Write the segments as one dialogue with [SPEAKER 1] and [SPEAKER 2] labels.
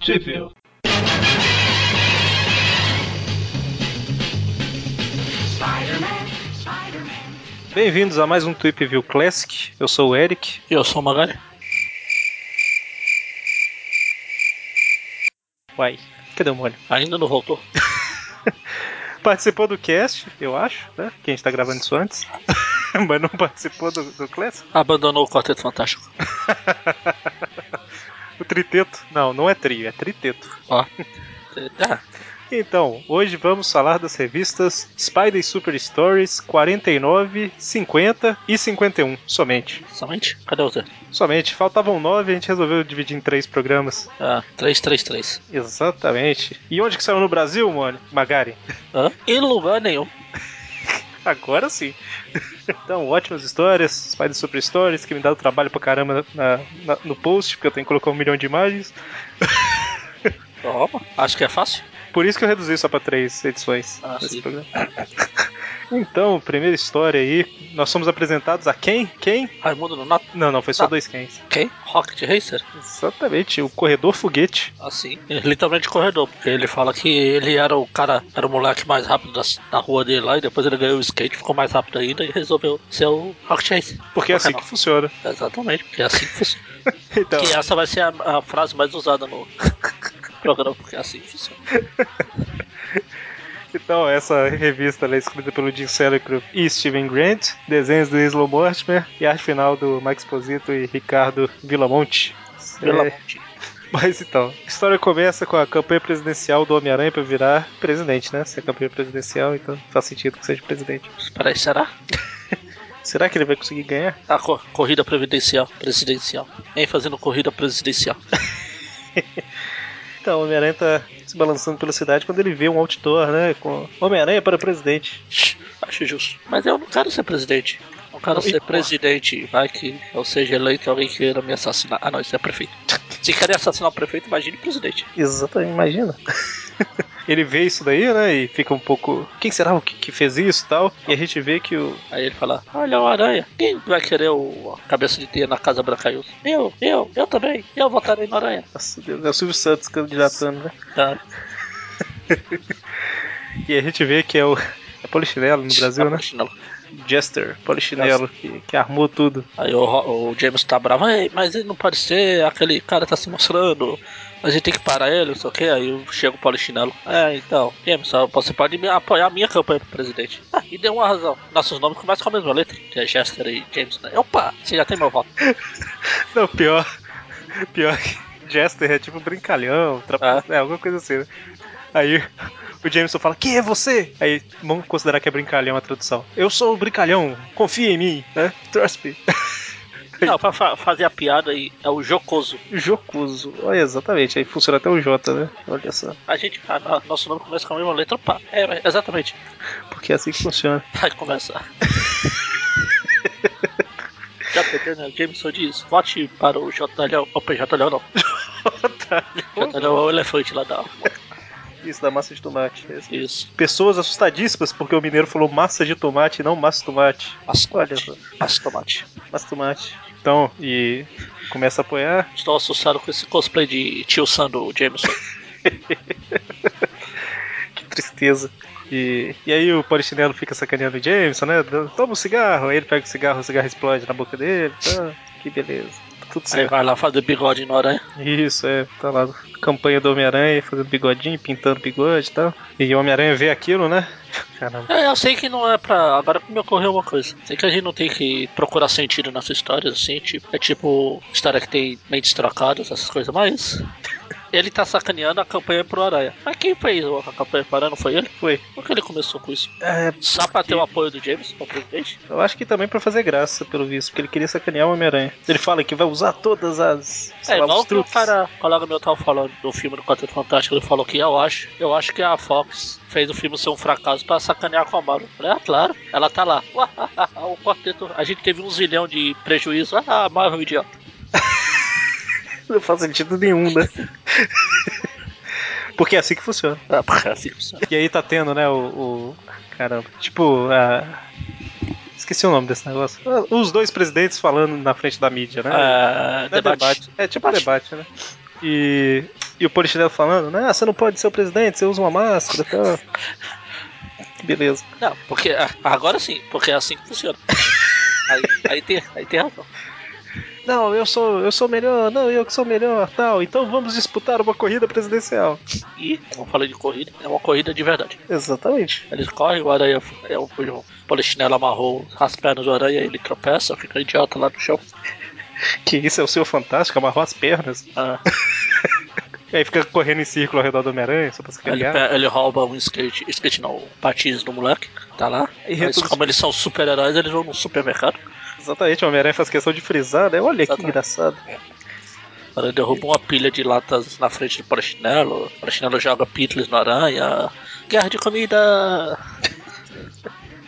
[SPEAKER 1] Sheffield. Bem-vindos a mais um Tweep View Classic. Eu sou o Eric.
[SPEAKER 2] E eu sou o Magali.
[SPEAKER 1] Uai, cadê o molho?
[SPEAKER 2] Ainda não voltou.
[SPEAKER 1] Participou do cast, eu acho, né? Que a gente tá gravando isso antes. Mas não participou do, do Classic.
[SPEAKER 2] Abandonou o Quarteto Fantástico.
[SPEAKER 1] o triteto. Não, não é trio, é triteto.
[SPEAKER 2] Ó. Ah,
[SPEAKER 1] Então, hoje vamos falar das revistas Spider Super Stories 49, 50 e 51 somente.
[SPEAKER 2] somente? Cadê outra?
[SPEAKER 1] Somente, faltavam nove, a gente resolveu dividir em três programas.
[SPEAKER 2] Ah, 333.
[SPEAKER 1] Exatamente. E onde que saiu no Brasil, mano? Magari?
[SPEAKER 2] Hã? Em lugar nenhum.
[SPEAKER 1] Agora sim. Então, ótimas histórias, Spider Super Stories, que me dá trabalho pra caramba na- na- no post, porque eu tenho que colocar um milhão de imagens.
[SPEAKER 2] Toma. Acho que é fácil.
[SPEAKER 1] Por isso que eu reduzi só pra três edições
[SPEAKER 2] Ah,
[SPEAKER 1] nesse
[SPEAKER 2] sim.
[SPEAKER 1] programa. Então, primeira história aí, nós somos apresentados a quem? Quem?
[SPEAKER 2] Raimundo Nonato.
[SPEAKER 1] Não, não, foi só
[SPEAKER 2] Ah.
[SPEAKER 1] dois quens.
[SPEAKER 2] Quem? Rocket Racer?
[SPEAKER 1] Exatamente, o corredor foguete.
[SPEAKER 2] Assim. é Literalmente corredor, porque ele fala que ele era o cara, era o moleque mais rápido da, da rua dele lá, e depois ele ganhou o skate, ficou mais rápido ainda e resolveu ser o Rocket Racer.
[SPEAKER 1] Porque é assim que
[SPEAKER 2] Rocket
[SPEAKER 1] funciona.
[SPEAKER 2] Racer. Exatamente, porque é assim que funciona.
[SPEAKER 1] Então,
[SPEAKER 2] Que essa vai ser a, a frase mais usada no programa, porque é assim que funciona.
[SPEAKER 1] então, essa revista ela é escrita pelo Jim Selicro e Steven Grant, desenhos do Islo Mortimer e arte final do Max Posito e Ricardo Villamonte.
[SPEAKER 2] Pelo
[SPEAKER 1] É,
[SPEAKER 2] amor de Deus.
[SPEAKER 1] mas então, a história começa com a campanha presidencial do Homem-Aranha pra virar presidente, né? Se é campanha presidencial, então faz sentido que seja presidente.
[SPEAKER 2] Peraí, será?
[SPEAKER 1] Será que ele vai conseguir ganhar?
[SPEAKER 2] A co- corrida previdencial, presidencial. Vem fazendo corrida presidencial.
[SPEAKER 1] Então, o Homem-Aranha tá se balançando pela cidade quando ele vê um outdoor, né? Com Homem-Aranha para presidente.
[SPEAKER 2] Acho justo. Mas eu não quero ser presidente. Não quero
[SPEAKER 1] Não
[SPEAKER 2] ser
[SPEAKER 1] importa.
[SPEAKER 2] presidente. Vai que eu seja eleito e alguém queira me assassinar. Ah, não, isso é prefeito. Se querem assassinar o prefeito, imagine o presidente.
[SPEAKER 1] Exatamente, imagina. ele vê isso daí, né? E fica um pouco. Quem será o que, que fez isso e tal? E a gente vê que o.
[SPEAKER 2] Aí ele fala: Olha o aranha. Quem vai querer o a cabeça de teia na Casa Branca? Eu, eu, eu, eu também. Eu votarei no aranha.
[SPEAKER 1] Nossa, Deus, é o Silvio Santos candidatando, né?
[SPEAKER 2] Ah,
[SPEAKER 1] E a gente vê que é o. É Polichinelo no Brasil,
[SPEAKER 2] tá
[SPEAKER 1] né?
[SPEAKER 2] bom, chinelo.
[SPEAKER 1] Jester, Polichinelo, que, que armou tudo.
[SPEAKER 2] Aí o, Ro- o James tá bravo, "Ei, mas ele não pode ser, aquele cara tá se mostrando, a gente tem que parar ele, não sei o que, aí chega o Polichinelo. É, então, James, você pode me apoiar a minha campanha pro presidente. Ah, e deu uma razão. Nossos nomes começam com a mesma letra, que é Chester e James, né? Opa, você já tem meu voto.
[SPEAKER 1] Não, pior. Pior que Jester é tipo brincalhão, trapo, é, alguma coisa assim, né? Aí o Jameson fala, quem é você? Aí vamos considerar que é brincalhão a tradução. Eu sou o brincalhão, confia em mim, né? Trust me.
[SPEAKER 2] Não, pra fa- fazer a piada aí, é o jocoso.
[SPEAKER 1] Jocuso. Olha, exatamente, aí funciona até o J, né? Olha só.
[SPEAKER 2] A gente, a- a- nosso nome começa com a mesma letra, opa, é, é, exatamente.
[SPEAKER 1] Porque é assim que funciona.
[SPEAKER 2] Vai começar. Já perdeu, né? Jameson diz, vote para o Jotalhão. Opa, Jotalhão não. Ela é o elefante lá da.
[SPEAKER 1] Isso da massa de tomate. é isso.
[SPEAKER 2] Isso.
[SPEAKER 1] Pessoas assustadíssimas porque o mineiro falou massa de tomate e não massa de tomate. Olha
[SPEAKER 2] Mastomate.
[SPEAKER 1] só,
[SPEAKER 2] Mastomate.
[SPEAKER 1] massa de tomate. Então, e começa a apoiar.
[SPEAKER 2] Estou assustado com esse cosplay de tio Sam do Jameson.
[SPEAKER 1] Que tristeza. E, e aí o polichinelo fica sacaneando o Jameson, né? Dando, Toma um cigarro, aí ele pega o cigarro, o cigarro explode na boca dele. Tá, que beleza. Tá tudo
[SPEAKER 2] Aí
[SPEAKER 1] certo.
[SPEAKER 2] vai lá fazer bigode no aranha.
[SPEAKER 1] Isso, é. Tá lá, campanha do Homem-Aranha, fazendo bigodinho, pintando bigode e tal. E o Homem-Aranha vê aquilo, né? Caramba.
[SPEAKER 2] É, eu sei que não é pra. Agora me ocorreu uma coisa. Sei que a gente não tem que procurar sentido nessa história, assim. Tipo, é tipo história que tem mentes trocadas, essas coisas, mas. Ele tá sacaneando a campanha pro Aranha. Mas quem fez a campanha pro Aranha não foi ele?
[SPEAKER 1] Foi.
[SPEAKER 2] Por que ele começou com isso?
[SPEAKER 1] É,
[SPEAKER 2] Só pra ter o apoio do Jameson, pro presidente?
[SPEAKER 1] eu acho que também pra fazer graça, pelo visto, porque ele queria sacanear o Homem-Aranha. Ele fala que vai usar todas as. sei
[SPEAKER 2] É
[SPEAKER 1] lá,
[SPEAKER 2] igual
[SPEAKER 1] os
[SPEAKER 2] que o
[SPEAKER 1] truques.
[SPEAKER 2] cara, o colega meu tava falando do filme do Quarteto Fantástico, ele falou que eu acho, eu acho que a Fox fez o filme ser um fracasso pra sacanear com a Marvel. Eu Falei, ah, claro, ela tá lá. Uá, ah, ah, ah, o Quarteto, a gente teve um zilhão de prejuízo. Ah, a Marvel é um idiota.
[SPEAKER 1] Não faz sentido nenhum, né? porque é assim que funciona.
[SPEAKER 2] Ah, porra, assim, sabe?
[SPEAKER 1] E aí tá tendo, né, o. o- Caramba. Tipo, a. Esqueci o nome desse negócio. Os dois presidentes
[SPEAKER 2] É,
[SPEAKER 1] falando na frente da mídia, né?
[SPEAKER 2] Ah,
[SPEAKER 1] Não é
[SPEAKER 2] debate.
[SPEAKER 1] É tipo debate, né? E E o Polichinelo falando, né? "Ah, Você não pode ser o presidente, você usa uma máscara e tal. Beleza.
[SPEAKER 2] Não, porque a- agora sim, porque é assim que funciona. Aí, aí tem, aí tem razão.
[SPEAKER 1] Não, eu sou, eu sou melhor, não, eu que sou melhor, tal. Então vamos disputar uma corrida presidencial.
[SPEAKER 2] E, como eu falei de corrida, é uma corrida de verdade.
[SPEAKER 1] Exatamente.
[SPEAKER 2] Eles correm, o aranha, é, o, o polichinelo amarrou as pernas do aranha, ele tropeça, fica idiota lá no chão.
[SPEAKER 1] Que isso é o seu fantástico, amarrou as pernas.
[SPEAKER 2] Ah,
[SPEAKER 1] E aí fica correndo em círculo ao redor do Homem-Aranha, só pra se
[SPEAKER 2] ele,
[SPEAKER 1] calhar.
[SPEAKER 2] pe- ele rouba um skate, skate não, um patins do moleque, tá lá.
[SPEAKER 1] E
[SPEAKER 2] Mas
[SPEAKER 1] todos-
[SPEAKER 2] como eles são super-heróis, eles vão num supermercado.
[SPEAKER 1] Exatamente, o Homem-Aranha faz questão de frisar, né? Olha que
[SPEAKER 2] Exatamente.
[SPEAKER 1] engraçado.
[SPEAKER 2] O aranha derruba uma pilha de latas na frente do polichinelo, o polichinelo joga pitles no aranha. Guerra de comida!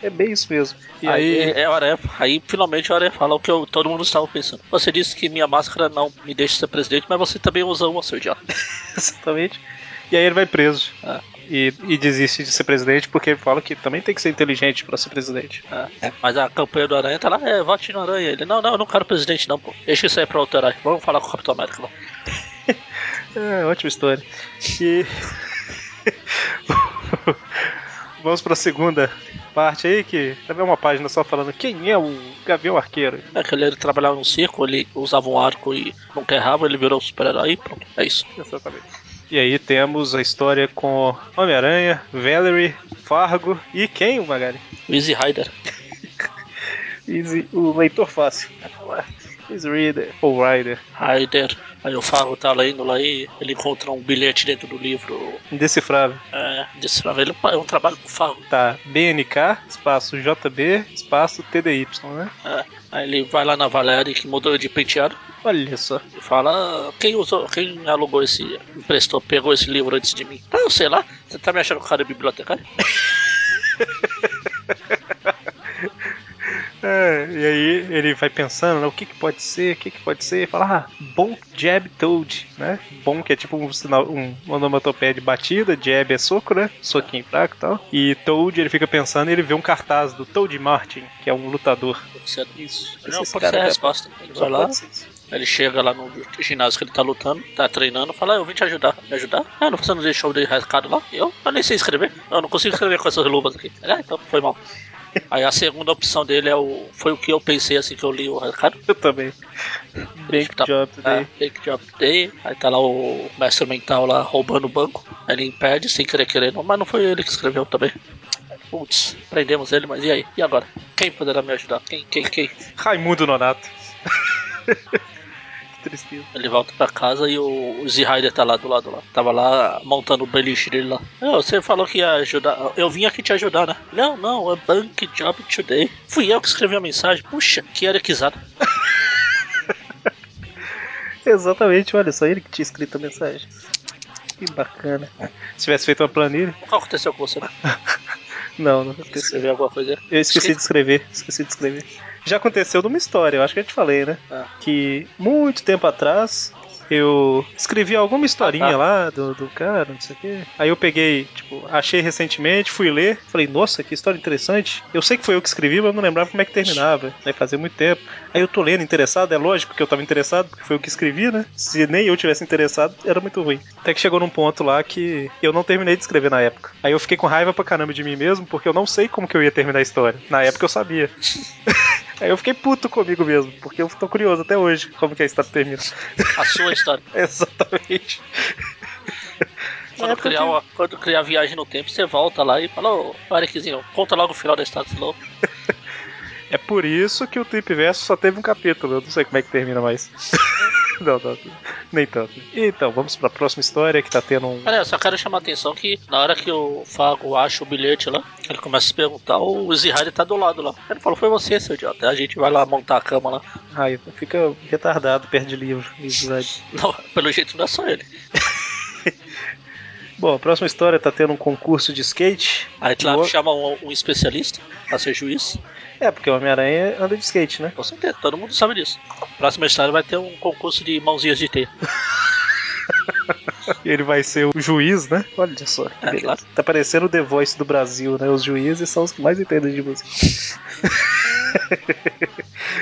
[SPEAKER 1] É bem isso mesmo. E
[SPEAKER 2] aí,
[SPEAKER 1] aí,
[SPEAKER 2] é o Aranha- aí finalmente é o Aranha fala o que eu- todo mundo estava pensando. Você disse que minha máscara não me deixa ser presidente, mas você também usa uma, seu idiota.
[SPEAKER 1] exatamente. E aí ele vai preso.
[SPEAKER 2] Ah.
[SPEAKER 1] E, e desiste de ser presidente porque ele fala que também tem que ser inteligente pra ser presidente.
[SPEAKER 2] É. Mas a campanha do Aranha tá lá, é, vote no Aranha. Ele, não, não, eu não quero presidente não, pô. Deixa isso aí pra outro herói. Vamos falar com o Capitão América. vamos.
[SPEAKER 1] É, ótima história. E. Vamos pra segunda parte aí, que também é uma página só falando quem é o Gavião Arqueiro.
[SPEAKER 2] É que ele ele trabalhava num circo, ele usava um arco e nunca errava, ele virou um super-herói e pronto. É isso.
[SPEAKER 1] Exatamente. E aí temos a história com Homem-Aranha, Valerie, Fargo e quem, o Magari?
[SPEAKER 2] O Easy Rider.
[SPEAKER 1] Easy, o leitor fácil. Easy Reader. Ou Rider.
[SPEAKER 2] Rider. Aí o Fargo tá lendo lá e ele encontra um bilhete dentro do livro.
[SPEAKER 1] Indecifrável.
[SPEAKER 2] É, desse ele é um trabalho com o Fargo.
[SPEAKER 1] Tá, BNK, espaço JB, espaço TDY, né?
[SPEAKER 2] É, aí ele vai lá na Valéria que mudou de penteado
[SPEAKER 1] Olha só.
[SPEAKER 2] e fala: "Ah, quem usou, quem alugou esse, emprestou, pegou esse livro antes de mim? Ah, eu sei lá, você tá me achando que o cara é bibliotecário?
[SPEAKER 1] É, e aí ele vai pensando, né, o que, que pode ser, o que, que pode ser, e fala, ah, bom jab toad, né? Bom que é tipo um sinal, um uma onomatopeia de batida, jab é soco, né? Soquinho fraco e tal. E toad ele fica pensando e ele vê um cartaz do Toad Martin, que é um lutador.
[SPEAKER 2] Você
[SPEAKER 1] Isso,
[SPEAKER 2] não pode ser é a resposta. Ele vai lá, ele chega lá no ginásio que ele tá lutando, tá treinando, fala: "Ah, eu vim te ajudar, me ajudar? Ah, não, você não deixou de recado lá? Eu? Eu nem sei escrever, eu não consigo escrever com essas luvas aqui. Ele, Ah, então foi mal. Aí a segunda opção dele é o. Foi o que eu pensei assim que eu li o recado.
[SPEAKER 1] Eu também. Big
[SPEAKER 2] Tipo, tá-
[SPEAKER 1] job
[SPEAKER 2] Ah,
[SPEAKER 1] today.
[SPEAKER 2] Fake Job Day. Aí tá lá o mestre mental lá roubando o banco. Aí Ele impede sem querer querendo, mas não foi ele que escreveu também. Putz, prendemos ele, mas e aí? E agora? Quem poderá me ajudar? Quem, quem, quem?
[SPEAKER 1] Raimundo Nonato. que tristeza.
[SPEAKER 2] Ele volta pra casa e o, o Z-Rider tá lá do lado lá. Tava lá montando o beliche dele lá. Ah, você falou que ia ajudar. Eu vim aqui te ajudar, né? Não, não, é Bank Job Today. Fui eu que escrevi a mensagem. Puxa, que arequizada.
[SPEAKER 1] Exatamente, olha só, ele que tinha escrito a mensagem. Que bacana. Se tivesse feito uma planilha.
[SPEAKER 2] O que aconteceu com você? né?
[SPEAKER 1] Não, não
[SPEAKER 2] Você
[SPEAKER 1] esqueci.
[SPEAKER 2] escreveu alguma coisa?
[SPEAKER 1] Eu esqueci de escrever, esqueci de escrever. Já aconteceu numa história, eu acho que eu te falei, né?
[SPEAKER 2] Ah.
[SPEAKER 1] Que muito tempo atrás eu escrevi alguma historinha
[SPEAKER 2] Ah, tá.
[SPEAKER 1] lá do, do cara, não sei o quê. Aí eu peguei, tipo, achei recentemente, fui ler, falei, nossa, que história interessante. Eu sei que foi eu que escrevi, mas eu não lembrava como é que terminava, né? Fazia muito tempo. Aí eu tô lendo interessado, é lógico que eu tava interessado, porque foi eu que escrevi, né? Se nem eu tivesse interessado, era muito ruim. Até que chegou num ponto lá que eu não terminei de escrever na época. Aí eu fiquei com raiva pra caramba de mim mesmo, porque eu não sei como que eu ia terminar a história. Na época eu sabia. Aí É, eu fiquei puto comigo mesmo, porque eu tô curioso até hoje como que a história termina. É,
[SPEAKER 2] A sua história.
[SPEAKER 1] Exatamente.
[SPEAKER 2] Quando,
[SPEAKER 1] É, porque-
[SPEAKER 2] criar uma, quando criar viagem no tempo, você volta lá e fala, ô Arequizinho, conta logo o final da história, senão
[SPEAKER 1] É por isso que o Trip Verso só teve um capítulo. Eu não sei como é que termina mais. não, não, nem tanto. Então, vamos pra próxima história que tá tendo um.
[SPEAKER 2] Cara, eu só quero chamar a atenção que na hora que o Fago acha o bilhete lá, ele começa a se perguntar, o Zihari tá do lado lá. Ele falou, foi você, seu idiota. Aí A gente vai lá montar a cama lá.
[SPEAKER 1] Ai, fica retardado, perde livro. Isso, vai.
[SPEAKER 2] Não, pelo jeito não é só ele.
[SPEAKER 1] Bom, a próxima história tá tendo um concurso de skate.
[SPEAKER 2] Aí lá
[SPEAKER 1] Boa.
[SPEAKER 2] chama um, um especialista pra ser juiz.
[SPEAKER 1] É, porque o Homem-Aranha anda de skate, né?
[SPEAKER 2] Com certeza, todo mundo sabe disso. Próxima história vai ter um concurso de mãozinhas de teia.
[SPEAKER 1] E ele vai ser o juiz, né? Olha só. que
[SPEAKER 2] É,
[SPEAKER 1] beleza.
[SPEAKER 2] claro.
[SPEAKER 1] Tá parecendo o The Voice do Brasil, né? Os juízes são os que mais entendem de música.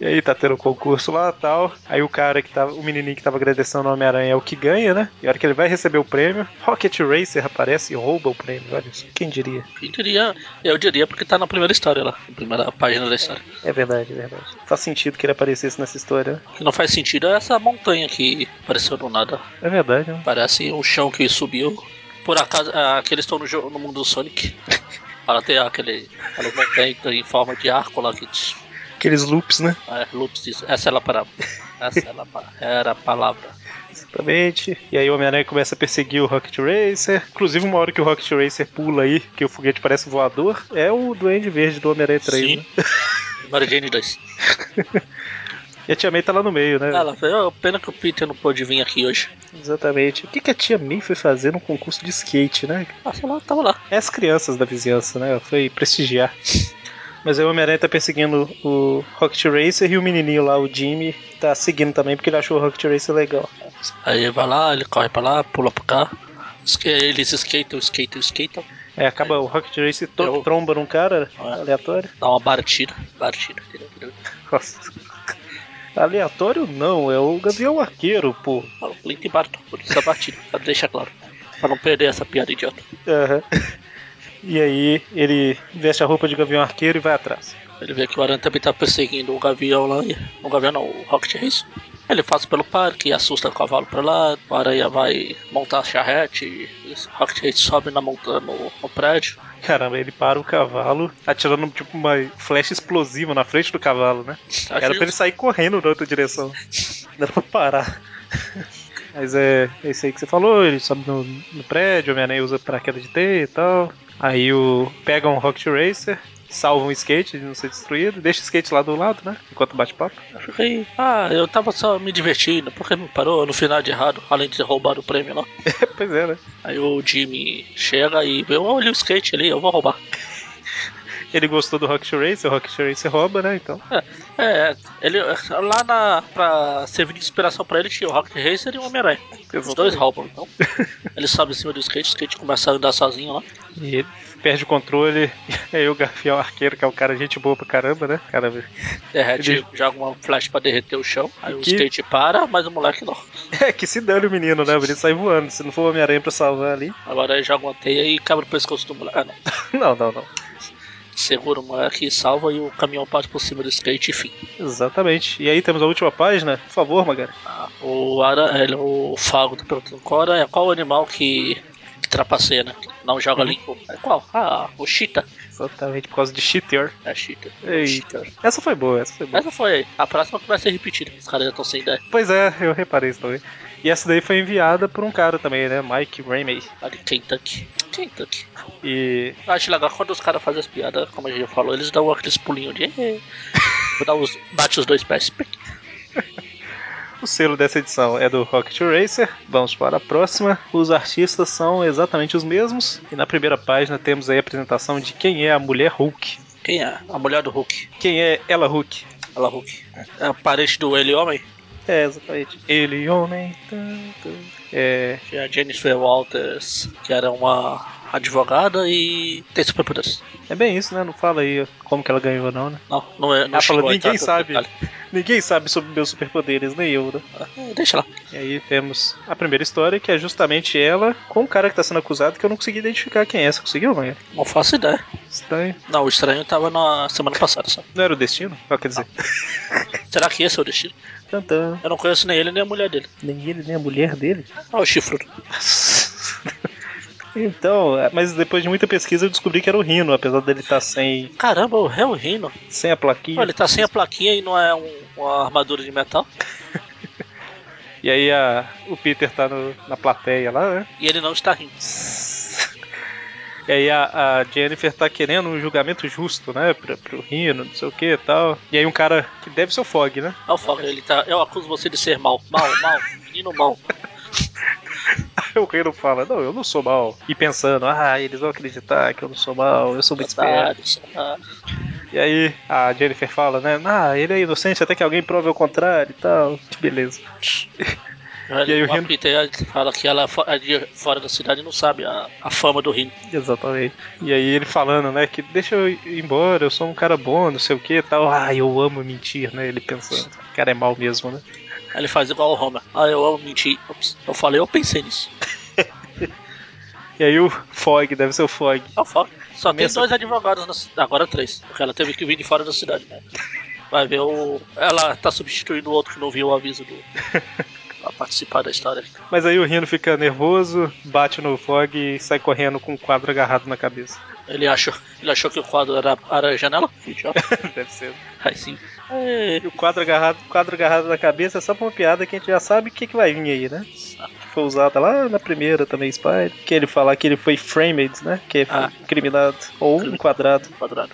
[SPEAKER 1] E aí tá tendo um concurso lá tal. Aí o cara que tava. O menininho que tava agradecendo o Homem-Aranha é o que ganha, né? E a hora que ele vai receber o prêmio, Rocket Racer aparece e rouba o prêmio. Olha isso. Quem diria?
[SPEAKER 2] Eu diria, eu diria porque tá na primeira história lá, na primeira página da história.
[SPEAKER 1] É verdade, é verdade. Faz sentido que ele aparecesse nessa história, né?
[SPEAKER 2] O que não faz sentido é essa montanha que apareceu do nada.
[SPEAKER 1] É verdade, né?
[SPEAKER 2] Parece um chão que subiu. Por acaso, ah, que eles estão no, jogo- no mundo do Sonic. Ela tem aquele, aquela montanha que tem em forma de arco lá que diz,
[SPEAKER 1] Aqueles loops, né?
[SPEAKER 2] ah, Loops diz, essa ela parava. Essa ela pa- era a palavra.
[SPEAKER 1] Exatamente. E aí o Homem-Aranha começa a perseguir o Rocket Racer. Inclusive, uma hora que o Rocket Racer pula aí, que o foguete parece voador, é o Duende Verde do Homem-Aranha 3. Né?
[SPEAKER 2] Mary Jane 2.
[SPEAKER 1] E a Tia May tá lá no meio, né?
[SPEAKER 2] Ela falou, "Oh, pena que o Peter não pôde vir aqui hoje.
[SPEAKER 1] Exatamente. O que, que a Tia May foi fazer num concurso de skate, né?
[SPEAKER 2] Ah, sei lá, tava lá.
[SPEAKER 1] É as crianças da vizinhança, né? Ela Foi prestigiar. Mas aí o Homem-Aranha tá perseguindo o Rocket Racer e o menininho lá, o Jimmy, tá seguindo também porque ele achou o Rocket Racer legal.
[SPEAKER 2] Aí vai lá, ele corre pra lá, pula pra cá. Esque- Eles skatam, skatam, skatam.
[SPEAKER 1] É, acaba o Rocket Racer to-
[SPEAKER 2] Eu-
[SPEAKER 1] tromba num cara
[SPEAKER 2] Ah.
[SPEAKER 1] aleatório.
[SPEAKER 2] Dá uma batida, batida. entendeu? Entendeu?
[SPEAKER 1] Nossa. Aleatório não, é o Gavião Arqueiro, pô.
[SPEAKER 2] Fala, Link e Barton, por isso a batida, pra deixar claro. Pra não perder essa piada idiota.
[SPEAKER 1] Aham. E aí ele veste a roupa de Gavião Arqueiro e vai atrás.
[SPEAKER 2] Ele vê que o Aranha também tá perseguindo o Gavião lá. e- O Gavião não, o Rocket Race. Ele passa pelo parque, assusta o cavalo pra lá. O Aranha vai montar a charrete. E o Rocket Race sobe na montanha, no, no prédio.
[SPEAKER 1] Caramba, ele para o cavalo, atirando tipo uma flecha explosiva na frente do cavalo, né? Era pra ele sair correndo na outra direção. Não era pra parar. Mas é é isso aí que você falou, ele sobe no, no prédio, o Homem-Aranha usa pra queda de T e tal. Aí o. pega um Rocket Racer, salva um skate de não ser destruído, deixa o skate lá do lado, né? Enquanto bate papo.
[SPEAKER 2] Eu fiquei, ah, eu tava só me divertindo, porque me parou no final de errado, além de ter roubado o prêmio lá.
[SPEAKER 1] pois é, né?
[SPEAKER 2] Aí o Jimmy chega e eu olha o skate ali, eu vou roubar.
[SPEAKER 1] Ele gostou do Rocket Racer, o Rocket Racer rouba, né? Então.
[SPEAKER 2] É, ele lá na. pra servir de inspiração pra ele tinha o Rocket Racer e o Homem-Aranha. Os dois roubam, então. ele sobe em cima do skate, o skate começa a andar sozinho lá.
[SPEAKER 1] E ele perde o controle, e aí o Garfiel Arqueiro, que é um cara gente boa pra caramba, né? Caramba.
[SPEAKER 2] Derrete,
[SPEAKER 1] Ele-
[SPEAKER 2] joga uma flash pra derreter o chão. Aí o
[SPEAKER 1] Que-
[SPEAKER 2] skate para, mas o moleque não.
[SPEAKER 1] É, que se dane o menino, né? O menino sai voando. Se não for o Homem-Aranha pra salvar ali.
[SPEAKER 2] Agora ele joga uma teia e quebra o pescoço do moleque. Ah, não.
[SPEAKER 1] Não, não, não.
[SPEAKER 2] Segura o moleque e salva e o caminhão parte por cima do skate, enfim.
[SPEAKER 1] Exatamente. E aí temos a última página. Por favor, Magari.
[SPEAKER 2] Ah, O, ara, ele- o Fago tá perguntando qual aranha, qual o animal que, que trapaceia, né? Que Não joga limpo. É qual? Ah, o Cheetah.
[SPEAKER 1] Exatamente, por causa de cheater.
[SPEAKER 2] É Cheetah.
[SPEAKER 1] Ei.
[SPEAKER 2] Cheetah.
[SPEAKER 1] Essa foi boa, essa foi boa.
[SPEAKER 2] Essa foi a próxima que vai ser repetida. Os caras já estão sem ideia.
[SPEAKER 1] Pois é, eu reparei isso também. E essa daí foi enviada por um cara também, né? Mike Ramey.
[SPEAKER 2] A de Kentucky. Kentucky.
[SPEAKER 1] E.
[SPEAKER 2] Eu acho legal quando os caras fazem as piadas, como a gente já falou, eles dão aqueles pulinhos de. "Eh". Vou dar os, bate os dois pés.
[SPEAKER 1] O selo dessa edição é do Rocket Racer. Vamos para a próxima. Os artistas são exatamente os mesmos. E na primeira página temos aí a apresentação de quem é a mulher Hulk.
[SPEAKER 2] Quem é? A mulher do Hulk.
[SPEAKER 1] Quem é ela Hulk?
[SPEAKER 2] Ela Hulk. É a parente do Ele Homem.
[SPEAKER 1] É, exatamente. Ele, homem. tan, tan. É.
[SPEAKER 2] Que é a Jennifer Walters, que era uma advogada e tem superpoderes.
[SPEAKER 1] É bem isso, né? Não fala aí como que ela ganhou ou não, né?
[SPEAKER 2] Não, não é. Não
[SPEAKER 1] Ela falou,
[SPEAKER 2] chegou a
[SPEAKER 1] ninguém
[SPEAKER 2] entrar no
[SPEAKER 1] sabe.
[SPEAKER 2] detalhe.
[SPEAKER 1] Ninguém sabe sobre meus superpoderes, nem eu, né?
[SPEAKER 2] É, Deixa lá.
[SPEAKER 1] E aí temos a primeira história, que é justamente ela com o cara que tá sendo acusado, que eu não consegui identificar quem é. Você conseguiu, mãe?
[SPEAKER 2] Não faço ideia.
[SPEAKER 1] Estranho.
[SPEAKER 2] Não, o estranho tava na semana passada só.
[SPEAKER 1] Não era o destino? Ah, quer dizer.
[SPEAKER 2] Será que esse é o destino?
[SPEAKER 1] Tantã.
[SPEAKER 2] Eu não conheço nem ele nem a mulher dele.
[SPEAKER 1] Nem ele, nem a mulher dele.
[SPEAKER 2] Olha o chifrudo.
[SPEAKER 1] Então, mas depois de muita pesquisa eu descobri que era o Rino, apesar dele estar sem,
[SPEAKER 2] Caramba, o réu rindo.
[SPEAKER 1] sem a plaquinha.
[SPEAKER 2] Pô, ele tá sem a plaquinha e não é um- uma armadura de metal.
[SPEAKER 1] E aí a- o Peter tá no- na plateia lá, né?
[SPEAKER 2] E ele não está rindo.
[SPEAKER 1] E aí a, a Jennifer tá querendo um julgamento justo, né? Pra, pro Rino, não sei o que e tal. E aí um cara que deve ser o Fog, né?
[SPEAKER 2] Olha o Fogg, ele tá. Eu acuso você de ser mal. Mal, mal. Menino mal.
[SPEAKER 1] Aí o Rino fala, não, eu não sou mal. E pensando, ah, eles vão acreditar que eu não sou mal, eu sou muito esperto.
[SPEAKER 2] Otário, sei lá.
[SPEAKER 1] E aí a Jennifer fala, né? Ah, ele é inocente até que alguém prove o contrário e tal. Que beleza. E aí o
[SPEAKER 2] a
[SPEAKER 1] Rino-
[SPEAKER 2] Peter fala que ela é fo- é de fora da cidade e não sabe a, a fama do Rino.
[SPEAKER 1] Exatamente. E aí ele falando, né, que deixa eu ir embora, eu sou um cara bom, não sei o que e tal. Ah, eu amo mentir, né? Ele pensando, o cara é mal mesmo, né?
[SPEAKER 2] Aí ele faz igual o Homer. Ah, eu amo mentir. Ops, Eu falei, eu pensei nisso.
[SPEAKER 1] E aí o Fog, deve ser o Fog.
[SPEAKER 2] Ah, fuck. Só tem
[SPEAKER 1] Nessa-
[SPEAKER 2] dois advogados na cidade. Agora três. Porque ela teve que vir de fora da cidade, né? Vai ver o. Ela tá substituindo o outro que não viu o aviso do. pra participar da história.
[SPEAKER 1] Mas aí o Rino fica nervoso, bate no Fog e sai correndo com o quadro agarrado na cabeça.
[SPEAKER 2] Ele achou, ele achou que o quadro era, era a janela. Que idiota.
[SPEAKER 1] deve ser.
[SPEAKER 2] Aí sim. É,
[SPEAKER 1] E o quadro agarrado, quadro agarrado na cabeça é só pra uma piada que a gente já sabe o que, que vai vir aí, né? Que foi usada lá na primeira também, Spider. Que ele falar que ele foi framed, né? Que foi
[SPEAKER 2] Ah.
[SPEAKER 1] incriminado ou enquadrado.
[SPEAKER 2] quadrado.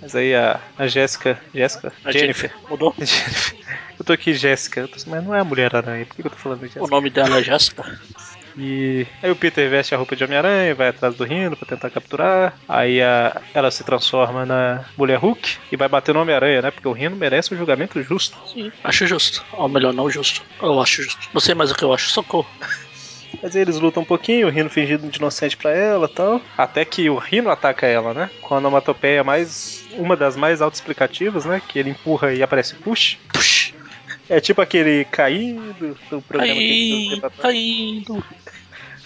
[SPEAKER 1] Mas aí a, a Jéssica. Jéssica?
[SPEAKER 2] A
[SPEAKER 1] Jennifer.
[SPEAKER 2] Jennifer. Mudou?
[SPEAKER 1] Eu tô aqui, Jéssica. Eu tô assim, Mas não é a Mulher Aranha. Por que que eu tô falando de
[SPEAKER 2] O
[SPEAKER 1] Jéssica?
[SPEAKER 2] nome dela é Jéssica.
[SPEAKER 1] E aí o Peter veste a roupa de Homem-Aranha, vai atrás do Rino pra tentar capturar. Aí a, ela se transforma na Mulher Hulk e vai bater no Homem-Aranha, né? Porque o Rino merece um julgamento justo.
[SPEAKER 2] Sim. Acho justo. Ou melhor, não justo. Eu acho justo. Não sei mais o que eu acho. Socorro.
[SPEAKER 1] Mas aí eles lutam um pouquinho, o Rino fingindo de inocente pra ela e tal. Até que o Rino ataca ela, né? Com a onomatopeia mais. uma das mais autoexplicativas, né? Que ele empurra e aparece push.
[SPEAKER 2] Puxa.
[SPEAKER 1] É tipo aquele caído do programa que a gente fez um
[SPEAKER 2] Caindo,
[SPEAKER 1] tempo atrás.
[SPEAKER 2] caindo,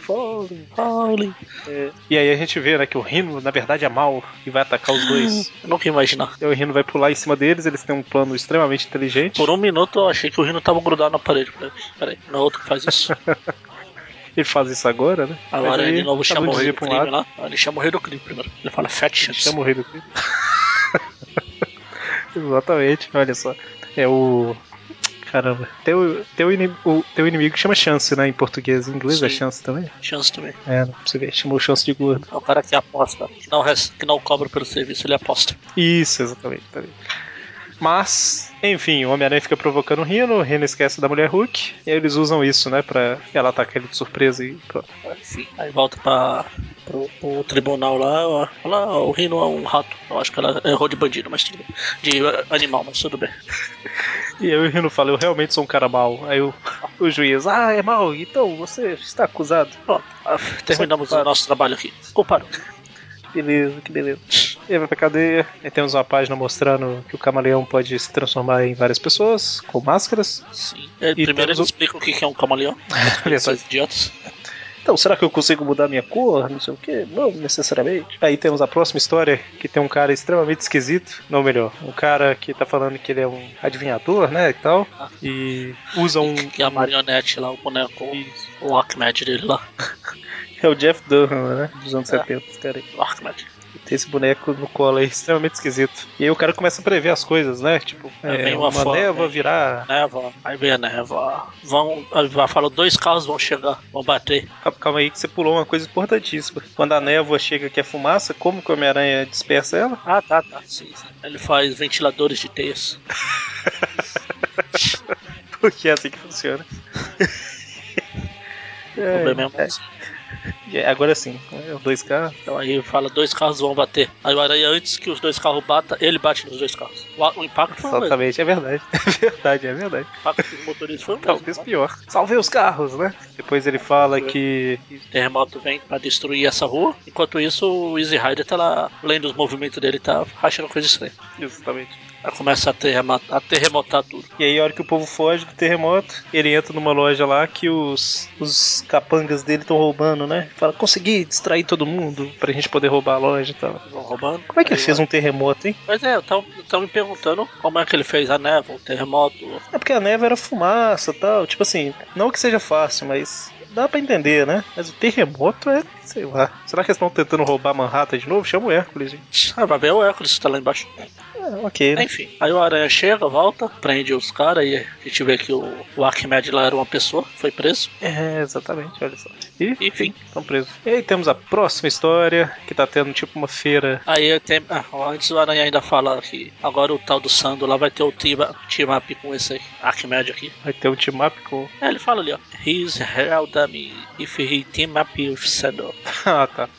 [SPEAKER 1] Falling.
[SPEAKER 2] falling.
[SPEAKER 1] é. E aí a gente vê, né, que o Rino, na verdade, é mal e vai atacar os dois.
[SPEAKER 2] Eu nunca ia imaginar.
[SPEAKER 1] E o Rino vai pular em cima deles, eles têm um plano extremamente inteligente.
[SPEAKER 2] Por um minuto eu achei que o Rino tava grudado na parede. Falei, Peraí, não é outro que faz isso.
[SPEAKER 1] Ele faz isso agora, né?
[SPEAKER 2] Agora
[SPEAKER 1] Mas
[SPEAKER 2] ele
[SPEAKER 1] aí,
[SPEAKER 2] de novo
[SPEAKER 1] cada um
[SPEAKER 2] chama o rei
[SPEAKER 1] desvia
[SPEAKER 2] do
[SPEAKER 1] pra
[SPEAKER 2] crime lá. Ele chama o rei do crime primeiro. Ele fala Fat Chance.
[SPEAKER 1] Chama o rei do crime. Exatamente, olha só. É o. Caramba. Teu, teu, ini- o, teu inimigo chama chance, né? Em português. Em inglês é
[SPEAKER 2] Sim.
[SPEAKER 1] chance também?
[SPEAKER 2] Chance também.
[SPEAKER 1] É, não, pra você ver. Chamou chance de gordo.
[SPEAKER 2] É o cara que aposta, que não, res- que não cobra pelo serviço, ele aposta.
[SPEAKER 1] Isso, exatamente. tá vendo? Mas, enfim, o Homem-Aranha fica provocando o Rino, o Rino esquece da mulher Hulk, e aí eles usam isso, né, pra ela atacar ele de surpresa e pronto.
[SPEAKER 2] Enfim, aí volta pra, pro, pro tribunal lá. ó, Fala, "Ah, o Rino é um rato. Eu acho que ela errou de bandido, mas tudo bem. De eh, animal, mas tudo bem.
[SPEAKER 1] E aí o Rino fala, eu realmente sou um cara mau. Aí o, o juiz, ah, é mau, então você está acusado.
[SPEAKER 2] Pronto, ah, terminamos o nosso trabalho aqui. Culpado.
[SPEAKER 1] Beleza, que beleza. Ele vai pra cadeia. E temos uma página mostrando que o camaleão pode se transformar em várias pessoas, com máscaras.
[SPEAKER 2] Sim. Eh,
[SPEAKER 1] E
[SPEAKER 2] primeiro
[SPEAKER 1] temos
[SPEAKER 2] eles
[SPEAKER 1] o-
[SPEAKER 2] explicam o que que é um camaleão. Esses idiotas.
[SPEAKER 1] Então, será que eu consigo mudar minha cor? Não sei o que. Não, necessariamente. Aí temos a próxima história, que tem um cara extremamente esquisito. Não, melhor, um cara que tá falando que ele é um adivinhador, né, e tal. E usa um...
[SPEAKER 2] Que é a marionete lá, o boneco,
[SPEAKER 1] Isso.
[SPEAKER 2] o Archimedes dele lá.
[SPEAKER 1] É o Jeff Durham, né, dos anos
[SPEAKER 2] Ah.
[SPEAKER 1] 70, esse cara aí.
[SPEAKER 2] O Archimedes.
[SPEAKER 1] Tem esse boneco no colo aí, extremamente esquisito. E aí o cara começa a prever as coisas, né, tipo...
[SPEAKER 2] É,
[SPEAKER 1] É,
[SPEAKER 2] vem
[SPEAKER 1] uma,
[SPEAKER 2] uma foto,
[SPEAKER 1] neva
[SPEAKER 2] né?
[SPEAKER 1] virar...
[SPEAKER 2] Neva, aí vem a neva. Vão, aí vai falar, dois carros vão chegar, vão bater.
[SPEAKER 1] Calma- Calma aí que você pulou uma coisa importantíssima. Quando a névoa chega que é fumaça, como que o Homem-Aranha dispersa ela?
[SPEAKER 2] Ah, tá, tá. Sim, sim. Ele faz ventiladores de teias.
[SPEAKER 1] Porque é assim que funciona.
[SPEAKER 2] O problema é
[SPEAKER 1] é,
[SPEAKER 2] mais.
[SPEAKER 1] é, agora sim, é o 2K.
[SPEAKER 2] Então aí fala, dois carros vão bater. Aí o Aranha, antes que os dois carros batam, ele bate nos dois carros. O, a- o impacto foi o mesmo.
[SPEAKER 1] Exatamente, é verdade. É verdade, é verdade.
[SPEAKER 2] O impacto dos motoristas foi o mesmo.
[SPEAKER 1] Talvez pior. Salvei os carros, né? Depois ele
[SPEAKER 2] É.
[SPEAKER 1] fala que.
[SPEAKER 2] né? O terremoto vem pra destruir essa rua. Enquanto isso, o Easy Rider tá lá, além dos movimentos dele, tá rachando coisa estranha.
[SPEAKER 1] Exatamente.
[SPEAKER 2] Aí começa a, terrema- a terremotar tudo.
[SPEAKER 1] E aí, a hora que o povo foge do terremoto, ele entra numa loja lá que os, os capangas dele estão roubando, né? Fala, consegui distrair todo mundo pra gente poder roubar a loja e tal.
[SPEAKER 2] Vão roubando.
[SPEAKER 1] Como é que
[SPEAKER 2] Aí
[SPEAKER 1] ele fez
[SPEAKER 2] o-
[SPEAKER 1] um terremoto, hein?
[SPEAKER 2] Pois é, estão me perguntando como é que ele fez a neva, o terremoto.
[SPEAKER 1] É porque a neve era fumaça e tal. Tipo assim, não que seja fácil, mas dá pra entender, né? Mas o terremoto é, sei lá. Será que eles estão tentando roubar Manhattan de novo? Chama o Hércules, gente.
[SPEAKER 2] Ah, vai ver o Hércules que tá lá embaixo.
[SPEAKER 1] É, ok, né?
[SPEAKER 2] Enfim, aí o Aranha chega, volta, prende os caras e a gente vê que o, o Arquimedes lá era uma pessoa, foi preso.
[SPEAKER 1] É, exatamente, olha só. E
[SPEAKER 2] Enfim,
[SPEAKER 1] estão presos. E aí temos a próxima história, que tá tendo tipo uma feira.
[SPEAKER 2] aí tem, ah, antes o Aranha ainda fala que agora o tal do Sando lá vai ter o team- team-up com esse Arquimedes aqui.
[SPEAKER 1] Vai ter um team-up com.
[SPEAKER 2] Aí ele fala ali, ó, He's hell dummy if he team-up with Sando.
[SPEAKER 1] ah, tá.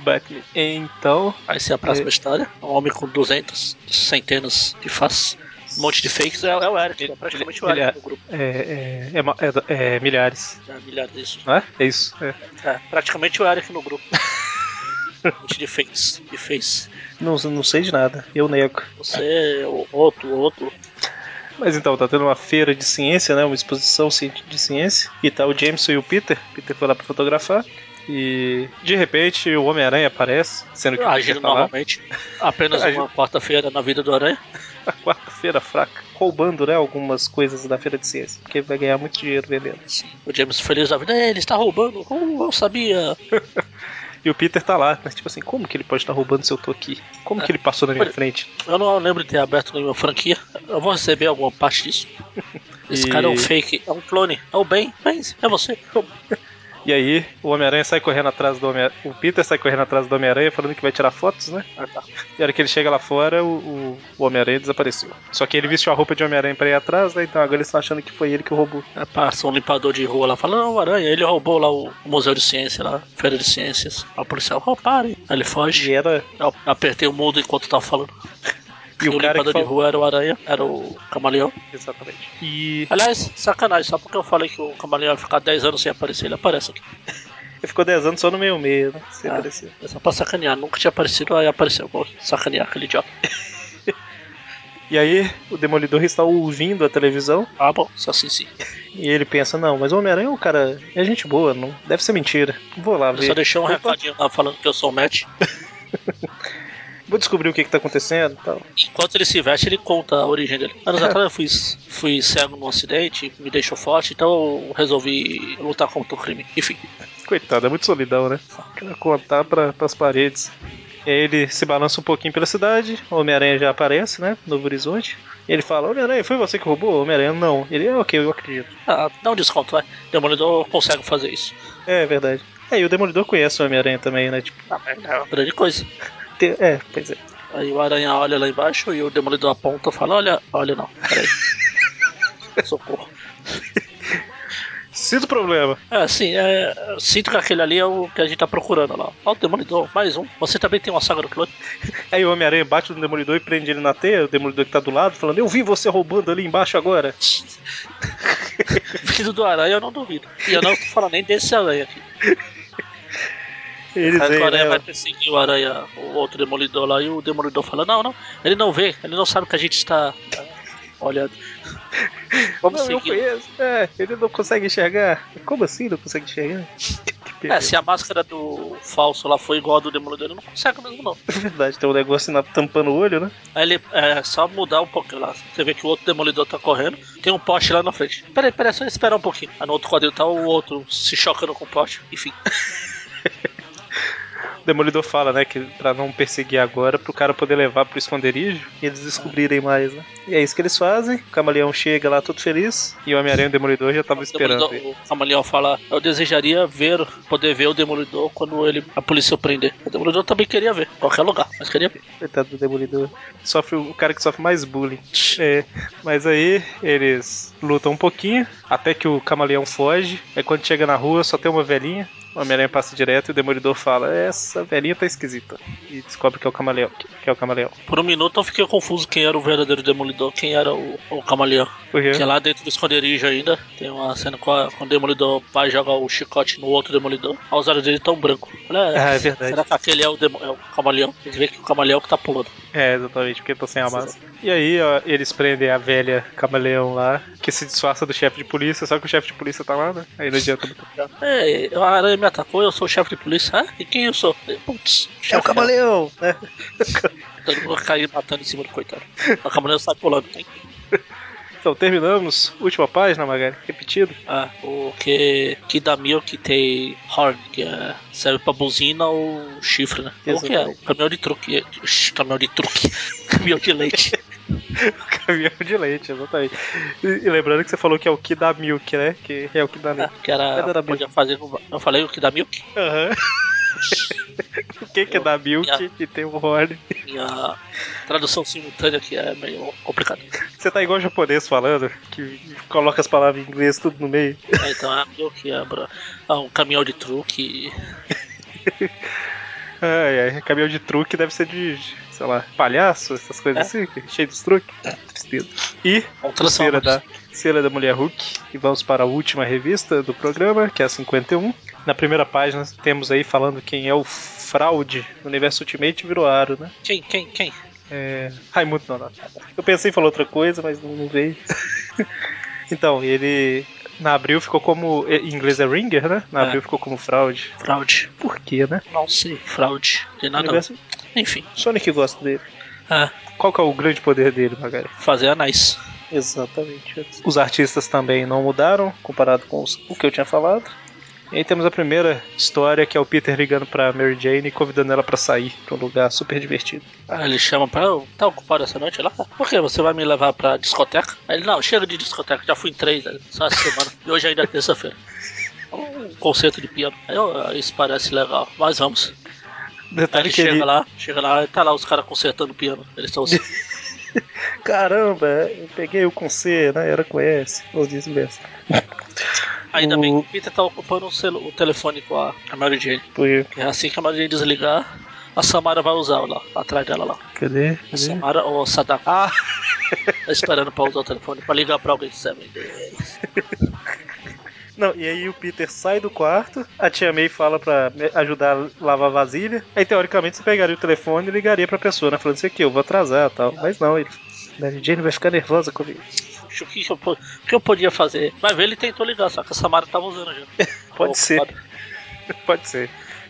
[SPEAKER 1] Batman. Então,
[SPEAKER 2] Aí se é a
[SPEAKER 1] É.
[SPEAKER 2] próxima história, um homem com 200 centenas de faces. Um monte de fakes é, é o Eric,
[SPEAKER 1] Ele-
[SPEAKER 2] é praticamente o
[SPEAKER 1] ele-
[SPEAKER 2] Eric
[SPEAKER 1] ele
[SPEAKER 2] do grupo.
[SPEAKER 1] É, é, é, ma- é do- é milhares,
[SPEAKER 2] É, milhares disso.
[SPEAKER 1] não é? É isso. é.
[SPEAKER 2] É, praticamente o Eric no grupo. um monte de fakes, de fakes.
[SPEAKER 1] Não, não sei de nada, eu nego.
[SPEAKER 2] Você, o outro, o outro.
[SPEAKER 1] Mas então, tá tendo uma feira de ciência, né? Uma exposição ci- de ciência. E tá o Jameson e o Peter. Peter foi lá pra fotografar. E de repente o Homem-Aranha aparece, sendo que o Peter
[SPEAKER 2] Agindo
[SPEAKER 1] tá lá.
[SPEAKER 2] normalmente. Apenas
[SPEAKER 1] Agindo-
[SPEAKER 2] uma quarta-feira na vida do Aranha.
[SPEAKER 1] A quarta-feira fraca, roubando, né? Algumas coisas da feira de ciência. Porque vai ganhar muito dinheiro vendendo.
[SPEAKER 2] O James feliz da vida, "É, ele está roubando, como eu sabia?
[SPEAKER 1] E o Peter tá lá, mas tipo assim, como que ele pode estar roubando se eu tô aqui? Como que ele passou na minha
[SPEAKER 2] Olha-
[SPEAKER 1] frente?
[SPEAKER 2] Eu não lembro de ter aberto nenhuma franquia. Eu vou receber alguma parte disso. Esse
[SPEAKER 1] E-
[SPEAKER 2] cara é um fake, é um clone, é o Ben, Ben, é você.
[SPEAKER 1] E aí, o Homem-Aranha sai correndo atrás do Homem O Peter sai correndo atrás do Homem-Aranha falando que vai tirar fotos, né?
[SPEAKER 2] Ah, tá.
[SPEAKER 1] E a hora que ele chega lá fora, o, o- o Homem-Aranha desapareceu. Só que ele vestiu a roupa de Homem-Aranha pra ir atrás, né? Então agora eles estão achando que foi ele que roubou.
[SPEAKER 2] Aí Passa um limpador de rua lá, fala, não, o Aranha, ele roubou lá o Museu de Ciência, lá, Feira de Ciências. A policial, roubarem. Aí ele
[SPEAKER 1] E
[SPEAKER 2] foge.
[SPEAKER 1] era. um
[SPEAKER 2] Eu apertei o mudo enquanto tava falando.
[SPEAKER 1] E o cara que
[SPEAKER 2] limpador de
[SPEAKER 1] falou...
[SPEAKER 2] rua era o Aranha, era o Camaleão.
[SPEAKER 1] Exatamente. E
[SPEAKER 2] Aliás, sacanagem, só porque eu falei que o Camaleão ia ficar 10 anos sem aparecer, ele aparece aqui.
[SPEAKER 1] ele ficou 10 anos só no meio meio, né? Sem
[SPEAKER 2] Ah.
[SPEAKER 1] aparecer.
[SPEAKER 2] É só pra sacanear, nunca tinha aparecido, aí apareceu. Vou sacanear aquele idiota.
[SPEAKER 1] E aí, o Demolidor está ouvindo a televisão
[SPEAKER 2] Ah, bom, só assim sim.
[SPEAKER 1] e ele pensa, não, mas o Homem-Aranha é um cara. é gente boa, não deve ser mentira. Vou lá
[SPEAKER 2] Eu só
[SPEAKER 1] ver.
[SPEAKER 2] deixei um
[SPEAKER 1] Opa.
[SPEAKER 2] recadinho lá falando que eu sou o Matt.
[SPEAKER 1] Vou descobrir o que, que tá acontecendo e tal.
[SPEAKER 2] Enquanto ele se veste, ele conta a origem dele. Anos atrás eu fui, fui cego num acidente, me deixou forte, então eu resolvi lutar contra o crime. Enfim,
[SPEAKER 1] Coitado, é muito solidão, né? Pra Contar pra, pras paredes. E aí ele se balança um pouquinho pela cidade, o Homem-Aranha já aparece, né? Novo Horizonte. E ele fala, Homem-Aranha, foi você que roubou? Homem-Aranha, não. Ele, é ok, eu acredito.
[SPEAKER 2] ah, dá um desconto, vai. Demolidor consegue fazer isso.
[SPEAKER 1] É, é verdade. É, e o Demolidor conhece o Homem-Aranha também, né? Tipo,
[SPEAKER 2] Ah, mas É uma grande coisa.
[SPEAKER 1] te- é, pois é.
[SPEAKER 2] Aí o aranha olha lá embaixo e o demolidor aponta e fala: Olha, olha não, peraí. Socorro.
[SPEAKER 1] Sinto problema.
[SPEAKER 2] É, sim, é, eu sinto que aquele ali é o que a gente tá procurando lá. Ó, o demolidor, mais um. Você também tem uma saga do clone?
[SPEAKER 1] Aí o Homem-Aranha bate no Demolidor e prende ele na teia, o Demolidor que tá do lado, falando, eu vi você roubando ali embaixo agora.
[SPEAKER 2] Vindo do aranha, eu não duvido. E eu não tô falando nem desse aranha aqui.
[SPEAKER 1] Eles
[SPEAKER 2] Aí
[SPEAKER 1] aí,
[SPEAKER 2] o aranha vai
[SPEAKER 1] né,
[SPEAKER 2] perseguir o aranha, o outro demolidor lá, e o demolidor fala: Não, não, ele não vê, ele não sabe que a gente está é, olhando. Vamos
[SPEAKER 1] não, eu
[SPEAKER 2] seguir.
[SPEAKER 1] conheço. É, ele não consegue enxergar. Como assim não consegue enxergar? Que
[SPEAKER 2] É,
[SPEAKER 1] beleza.
[SPEAKER 2] se a máscara do falso lá foi igual a do demolidor, ele não consegue mesmo, não.
[SPEAKER 1] É verdade, tem um negócio na, tampando o olho, né?
[SPEAKER 2] Aí ele é só mudar um pouquinho lá. Você vê que o outro demolidor tá correndo, tem um poste lá na frente. Peraí, peraí, só esperar um pouquinho. Aí no outro quadril tá o outro se chocando com o poste. Enfim,
[SPEAKER 1] O Demolidor fala, né, que pra não perseguir agora, pro cara poder levar pro esconderijo e eles descobrirem mais, né? E é isso que eles fazem. O camaleão chega lá todo feliz e o Homem-Aranha e o Demolidor já estavam
[SPEAKER 2] o,
[SPEAKER 1] esperando.
[SPEAKER 2] demolidor- o camaleão fala: Eu desejaria ver, poder ver o demolidor quando ele a polícia o prender. O demolidor também queria ver, em qualquer lugar, mas queria ver.
[SPEAKER 1] Coitado do Demolidor. Sofre o o cara que sofre mais bullying. É, mas aí eles lutam um pouquinho, até que o camaleão foge. Aí quando chega na rua, só tem uma velhinha. O Homem-Aranha passa direto e o Demolidor fala: Essa velhinha tá esquisita. E descobre que é o camaleão. Que que é o camaleão.
[SPEAKER 2] Por um minuto eu fiquei confuso quem era o verdadeiro demolidor, quem era o, o camaleão.
[SPEAKER 1] Porque
[SPEAKER 2] Que é lá dentro do esconderijo ainda. Tem uma cena com, a- com o demolidor vai jogar o chicote no outro demolidor. Ah, Os olhos dele tão branco. Olha,
[SPEAKER 1] Ah, é verdade.
[SPEAKER 2] Será que aquele é o, demo, é o camaleão? Vocês veem que o camaleão que tá pulando.
[SPEAKER 1] É, exatamente, porque tô sem a massa. E aí, ó, eles prendem a velha camaleão lá, que se disfarça do chefe de polícia, só que o chefe de polícia tá lá, né? Aí não adianta muito.
[SPEAKER 2] Ei, a aranha me atacou, eu sou o chefe de polícia. Ah, e quem eu sou? E, Putz, chefe da-
[SPEAKER 1] É camaleão, né?
[SPEAKER 2] Todo mundo cair matando em cima do coitado. O camaleão sai pulando. Tem-
[SPEAKER 1] Então, terminamos. Última página, Magari. Repetido.
[SPEAKER 2] Ah, o que, que dá mil que tem horn, que é, serve pra buzina ou chifre, né? Ou O que é? O caminhão de truque. é, sh- Caminhão de truque. caminhão de leite.
[SPEAKER 1] Caminhão de leite, exatamente. E, e lembrando que você falou que é o que dá milk, né? Que é o que dá
[SPEAKER 2] né?
[SPEAKER 1] leite.
[SPEAKER 2] Que era.
[SPEAKER 1] Cadê a
[SPEAKER 2] podia fazer com- Eu falei o que dá milk?
[SPEAKER 1] Aham. o que que é dá milk
[SPEAKER 2] Eu-
[SPEAKER 1] e tem o horn?
[SPEAKER 2] Minha tradução simultânea aqui é meio complicada.
[SPEAKER 1] Você tá igual o japonês falando, que coloca as palavras em inglês tudo no meio.
[SPEAKER 2] É, então é milk, é, bra- é um caminhão de truque. é um
[SPEAKER 1] É, Ai, ai, caminhão de truque deve ser de, sei lá, palhaço, essas coisas assim, que é cheio de truques. Tristeza. E
[SPEAKER 2] Um
[SPEAKER 1] a cera
[SPEAKER 2] Transformers.
[SPEAKER 1] da, cera da Mulher Hulk. E vamos para a última revista do programa, que é a 51. Na primeira página temos aí falando quem é o fraude. O universo Ultimate virou aro, né?
[SPEAKER 2] Quem, quem, quem?
[SPEAKER 1] É, Raimundo Nonato. Eu pensei em falar outra coisa, mas não, não veio. então, ele na abril ficou como. Em inglês é Ringer, né? Na
[SPEAKER 2] É.
[SPEAKER 1] abril ficou como fraude.
[SPEAKER 2] Fraude.
[SPEAKER 1] Por quê, né?
[SPEAKER 2] Não sei. Fraude. De
[SPEAKER 1] O
[SPEAKER 2] nada.
[SPEAKER 1] universo,
[SPEAKER 2] Enfim.
[SPEAKER 1] Sonic gosta dele.
[SPEAKER 2] Ah,
[SPEAKER 1] Qual que é o grande poder dele, Magari?
[SPEAKER 2] fazer anais.
[SPEAKER 1] Exatamente. Os artistas também não mudaram, comparado com os- o que eu tinha falado. E aí temos a primeira história, que é o Peter ligando pra Mary Jane e convidando ela pra sair pra um lugar super divertido.
[SPEAKER 2] Aí ele chama pra eu. Tá ocupado essa noite lá? Por que? Você vai me levar pra discoteca? Aí ele, não, chega de discoteca, já fui em três, né? só essa semana. E hoje ainda é terça-feira. Um concerto de piano. Aí eu, ah, isso parece legal, mas vamos. Aí
[SPEAKER 1] Detalhe
[SPEAKER 2] ele
[SPEAKER 1] que
[SPEAKER 2] chega
[SPEAKER 1] ele...
[SPEAKER 2] lá, chega lá, aí tá lá os caras consertando o piano. Eles estão assim.
[SPEAKER 1] Caramba, eu peguei o com C, né? Era com S, ou vice-versa.
[SPEAKER 2] Ainda
[SPEAKER 1] O-
[SPEAKER 2] bem que o Peter tá ocupando o, celu- o telefone com a, a Mary Jane.
[SPEAKER 1] Foi-
[SPEAKER 2] É assim que a Mary Jane desligar, a Samara vai usar lá, atrás dela lá.
[SPEAKER 1] Cadê?
[SPEAKER 2] A
[SPEAKER 1] Cadê?
[SPEAKER 2] Samara ou a Sadako.
[SPEAKER 1] Ah,
[SPEAKER 2] Tá esperando pra usar o telefone, pra ligar pra alguém que sabe.
[SPEAKER 1] não, e aí o Peter sai do quarto, a tia May fala pra me- ajudar a lavar a vasilha. Aí teoricamente você pegaria o telefone e ligaria pra pessoa, né? Falando isso aqui, eu vou atrasar e tal. Mas não, ele. Mary Jane vai ficar nervosa comigo.
[SPEAKER 2] Puxa, O que, que eu, po- o que eu podia fazer? Vai ver, ele tentou ligar, só que a Samara tava usando já.
[SPEAKER 1] Pode
[SPEAKER 2] Ô,
[SPEAKER 1] ser.
[SPEAKER 2] cara,
[SPEAKER 1] Pode ser.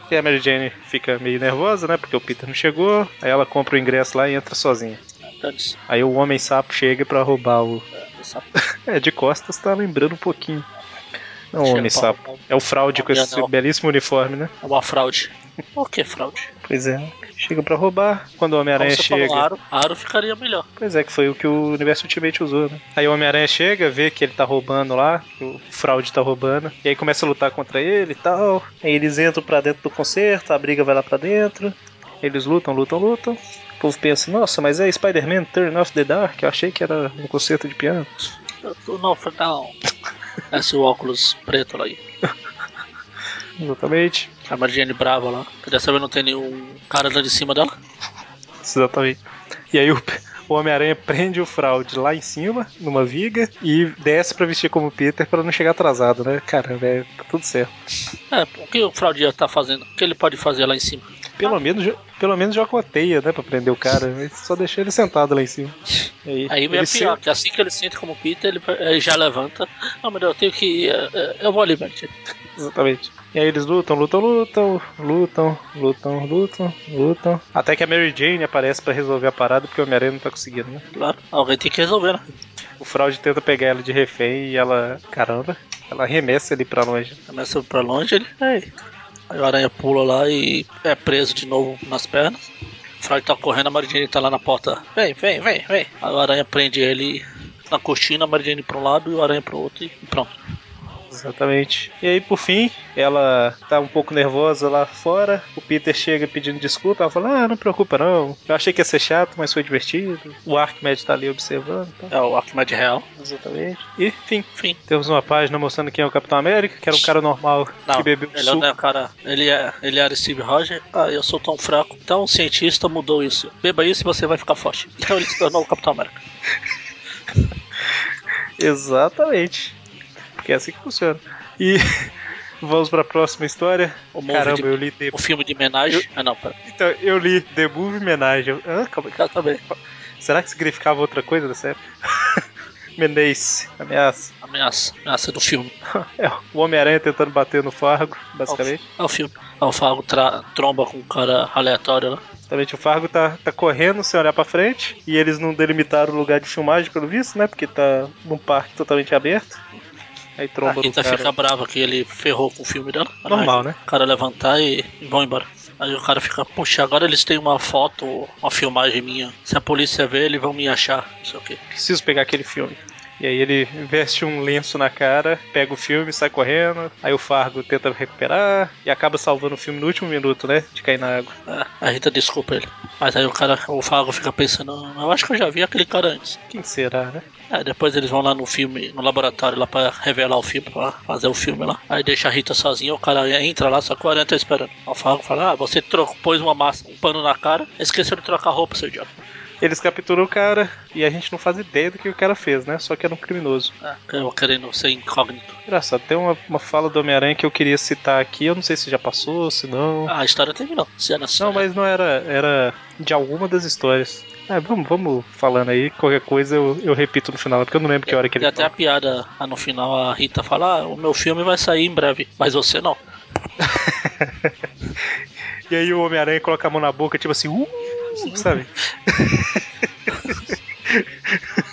[SPEAKER 1] E a Mary Jane fica meio nervosa, né? Porque o Peter não chegou. Aí ela compra o ingresso lá e entra sozinha.
[SPEAKER 2] dane-se.
[SPEAKER 1] Aí o homem sapo chega pra roubar o.
[SPEAKER 2] Essa
[SPEAKER 1] É, de costas tá lembrando um pouquinho. Não, o
[SPEAKER 2] Chega
[SPEAKER 1] homem
[SPEAKER 2] pra
[SPEAKER 1] sapo.
[SPEAKER 2] roubar um
[SPEAKER 1] É o fraude com
[SPEAKER 2] Não,
[SPEAKER 1] esse
[SPEAKER 2] não.
[SPEAKER 1] belíssimo uniforme, né?
[SPEAKER 2] É uma fraude. Por que fraude?
[SPEAKER 1] Pois é. Chega pra roubar. Quando o
[SPEAKER 2] Como
[SPEAKER 1] Homem-Aranha
[SPEAKER 2] você falou,
[SPEAKER 1] chega.
[SPEAKER 2] aro, aro ficaria melhor.
[SPEAKER 1] Pois é, que foi o que o Universo Ultimate usou, né? Aí o Homem-Aranha chega, vê que ele tá roubando lá, que o fraude tá roubando, e aí começa a lutar contra ele e tal. Aí eles entram pra dentro do concerto, a briga vai lá pra dentro. Eles lutam, lutam, lutam. O povo pensa, nossa, mas é Spider-Man Turn Off the Dark? Eu achei que era um concerto de piano.
[SPEAKER 2] Não, Não, foi- não. Esse óculos preto lá aí.
[SPEAKER 1] Exatamente.
[SPEAKER 2] A Margiane brava lá. Queria saber, não tem nenhum cara lá de cima dela?
[SPEAKER 1] Exatamente. E aí o, o Homem-Aranha prende o fraude lá em cima, numa viga, e desce pra vestir como Peter pra não chegar atrasado, né? Caramba, é, tá tudo certo.
[SPEAKER 2] É, o que o fraude ia tá fazendo? O que ele pode fazer lá em cima?
[SPEAKER 1] Pelo
[SPEAKER 2] Tá.
[SPEAKER 1] menos, jo- pelo menos joga uma teia, né, pra prender o cara. Mas só deixei ele sentado lá em cima. Aí,
[SPEAKER 2] Aí é
[SPEAKER 1] ele
[SPEAKER 2] pior,
[SPEAKER 1] senta-
[SPEAKER 2] que assim que ele sente como Peter, ele eh, já levanta. Não, melhor, eu tenho que. ir, eh, eh, Eu vou ali, Margiane.
[SPEAKER 1] Exatamente. E aí eles lutam, lutam, lutam, lutam, lutam, lutam, lutam. Até que a Mary Jane aparece pra resolver a parada, porque o Homem-Aranha não tá conseguindo, né?
[SPEAKER 2] Claro, alguém tem que resolver, né?
[SPEAKER 1] O Fraude tenta pegar ela de refém e ela. Caramba, ela arremessa ele pra longe.
[SPEAKER 2] Começa pra longe, ele. Aí, aí o aranha pula lá e é preso de novo nas pernas. O Freud tá correndo, a Maridine tá lá na porta. Vem, vem, vem, vem. Aí o aranha prende ele na coxina, a Maridine pra um lado e o aranha pro outro e pronto.
[SPEAKER 1] Exatamente. E aí, por fim, ela tá um pouco nervosa lá fora. O Peter chega pedindo desculpa. Ela fala: Ah, não preocupa não. Eu achei que ia ser chato, mas foi divertido. O Arquimedes tá ali observando. e tal.
[SPEAKER 2] É o Arquimed Real.
[SPEAKER 1] Exatamente. E, fim,
[SPEAKER 2] Enfim.
[SPEAKER 1] temos uma página mostrando quem é o Capitão América, que era um cara normal
[SPEAKER 2] Não,
[SPEAKER 1] que bebeu um
[SPEAKER 2] ele
[SPEAKER 1] suco.
[SPEAKER 2] não é o cara. Ele é, ele era Steve Rogers. Ah, eu sou tão fraco. Então o cientista mudou isso. Beba isso e você vai ficar forte. Então ele se tornou o Capitão América.
[SPEAKER 1] Exatamente. Porque é assim que funciona. E vamos pra próxima história.
[SPEAKER 2] O movie
[SPEAKER 1] Caramba,
[SPEAKER 2] de-
[SPEAKER 1] eu li The...
[SPEAKER 2] O filme de homenagem. Ah, não, pera.
[SPEAKER 1] Então, eu li The Movie Menage. Ah, calma,
[SPEAKER 2] Eu também.
[SPEAKER 1] Será que significava outra coisa nessa época? Menez, ameaça.
[SPEAKER 2] Ameaça. Ameaça do filme.
[SPEAKER 1] É, o Homem-Aranha tentando bater no Fargo, basicamente.
[SPEAKER 2] É o filme. É o Fargo tra- tromba com um cara aleatório lá.
[SPEAKER 1] Basicamente, o Fargo tá, tá correndo sem olhar pra frente. E eles não delimitaram o lugar de filmagem, pelo visto, né? Porque tá num parque totalmente aberto. Aí
[SPEAKER 2] A
[SPEAKER 1] tromba no
[SPEAKER 2] Rita
[SPEAKER 1] cara.
[SPEAKER 2] fica brava Ah, então que tá- ele ferrou com o filme dela.
[SPEAKER 1] Normal, né?
[SPEAKER 2] O cara levantar e, e vão embora. Aí o cara fica, puxa, agora eles têm uma foto, uma filmagem minha. Se a polícia ver, eles vão me achar. Não sei o quê.
[SPEAKER 1] Preciso pegar aquele filme. E aí ele veste um lenço na cara, pega o filme, sai correndo. Aí o Fargo tenta recuperar e acaba salvando o filme no último minuto, né? De cair na água.
[SPEAKER 2] É, a Rita desculpa ele. Mas aí o cara, o Fago fica pensando, "Ah, eu acho que eu já vi aquele cara antes.
[SPEAKER 1] Quem será, né?
[SPEAKER 2] Aí depois eles vão lá no filme, no laboratório lá pra revelar o filme, pra fazer o filme lá. Aí deixa a Rita sozinha, o cara entra lá, só que o Aranha tá esperando. Aí o Fago fala, ah, você trocou, pôs uma massa, um pano na cara, esqueceu de trocar a roupa, seu idiota.
[SPEAKER 1] Eles capturam o cara e a gente não faz ideia do que o cara fez, né? Só que era um criminoso.
[SPEAKER 2] Ah, eu querendo ser incógnito.
[SPEAKER 1] Engraçado, tem uma, uma fala do Homem-Aranha que eu queria citar aqui, eu não sei se já passou, se não.
[SPEAKER 2] Ah, a história terminou. Se era
[SPEAKER 1] Não,
[SPEAKER 2] só-
[SPEAKER 1] mas não era. Era de alguma das histórias. É, vamos, vamos falando aí, qualquer coisa eu, eu repito no final, porque eu não lembro que hora que ele
[SPEAKER 2] Tem é até a
[SPEAKER 1] fala.
[SPEAKER 2] piada lá no final, a Rita fala, ah, o meu filme vai sair em breve, mas você não.
[SPEAKER 1] E aí o Homem-Aranha coloca a mão na boca, tipo assim, uh, sabe?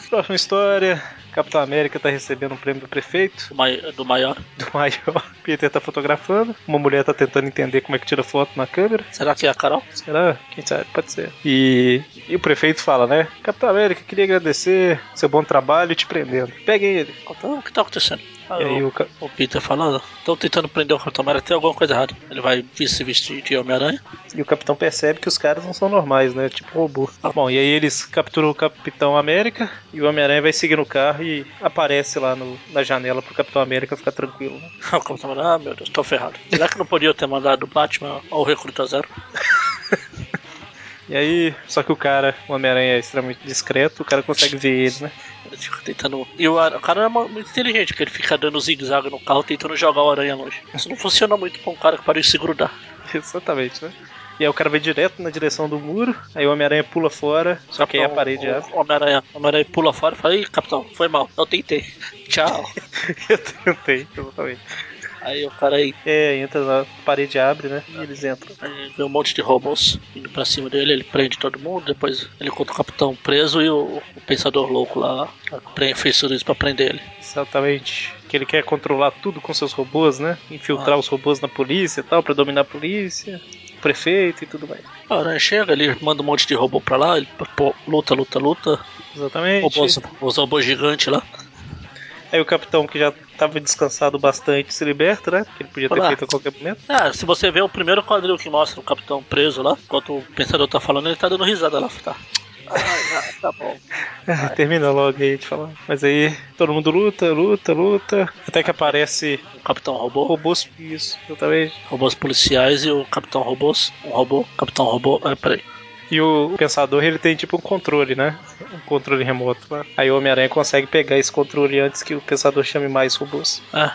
[SPEAKER 1] Próxima história. Capitão América tá recebendo um prêmio do prefeito,
[SPEAKER 2] Do, mai- do maior.
[SPEAKER 1] do maior. Peter tá fotografando, uma mulher tá tentando entender como é que tira foto na câmera.
[SPEAKER 2] Será que é a Carol?
[SPEAKER 1] Será? Quem sabe? Pode ser. E, e o prefeito fala, né? Capitão América, queria agradecer seu bom trabalho e te prendendo. Peguem ele.
[SPEAKER 2] Então, o que tá acontecendo? Ah,
[SPEAKER 1] E aí
[SPEAKER 2] o-
[SPEAKER 1] o, ca-
[SPEAKER 2] O Peter falando, estão tentando prender o Capitão América, tem alguma coisa errada. Ele vai se vestir de Homem-Aranha.
[SPEAKER 1] e o capitão percebe que os caras não são normais, né? Tipo robô. Bom, e aí eles capturam o Capitão América e o Homem-Aranha vai seguir no carro e aparece lá no- na janela pro Capitão América ficar tranquilo. né?
[SPEAKER 2] O Capitão América, ah, meu Deus, tô ferrado. Será que não podia ter mandado o Batman ou o Recruta Zero?
[SPEAKER 1] E aí, só que o cara, o Homem-Aranha é extremamente discreto, o cara consegue ver ele, né?
[SPEAKER 2] Ele fica tentando... E o, Ara- o cara é mo- muito inteligente, que ele fica dando zigue-zague no carro, tentando jogar o Aranha longe. Isso não funciona muito pra um cara que parou de se grudar.
[SPEAKER 1] Exatamente, né? E aí o cara vai direto na direção do muro, aí o Homem-Aranha pula fora, só que aí a
[SPEAKER 2] Então,
[SPEAKER 1] parede é. abre.
[SPEAKER 2] o, o Homem-Aranha o Homem-Aranha pula fora e fala, ih, Capitão, foi mal, eu tentei. Tchau.
[SPEAKER 1] Eu tentei, exatamente.
[SPEAKER 2] aí o cara aí
[SPEAKER 1] É, entra na parede, abre, né? E eles entram.
[SPEAKER 2] Aí vê um monte de robôs indo pra cima dele, ele prende todo mundo, depois ele encontra o capitão preso e o, o pensador louco lá pre- fez tudo isso pra prender ele.
[SPEAKER 1] Exatamente. Que ele quer controlar tudo com seus robôs, né? Infiltrar os robôs na polícia e tal, pra dominar a polícia, o prefeito e tudo mais.
[SPEAKER 2] A aranha chega, ele manda um monte de robô pra lá, ele pô, luta, luta, luta.
[SPEAKER 1] Exatamente.
[SPEAKER 2] Robôs, os robôs gigantes lá.
[SPEAKER 1] Aí o capitão, que já tava descansado bastante, se liberta, né? Que ele podia ter
[SPEAKER 2] Olá.
[SPEAKER 1] feito a qualquer momento.
[SPEAKER 2] Ah, se você vê o primeiro quadril que mostra o capitão preso lá, enquanto o pensador tá falando, ele tá dando risada lá. Tá, ah, tá bom.
[SPEAKER 1] Termina logo aí de falar. Mas aí todo mundo luta, luta, luta. Até que aparece
[SPEAKER 2] O capitão robô,
[SPEAKER 1] robôs. Isso, exatamente.
[SPEAKER 2] robôs policiais e o capitão robôs, um robô, capitão robô, ah, peraí.
[SPEAKER 1] E o pensador, ele tem tipo um controle, né? Um controle remoto. Né? Aí o Homem-Aranha consegue pegar esse controle antes que o pensador chame mais robôs.
[SPEAKER 2] É.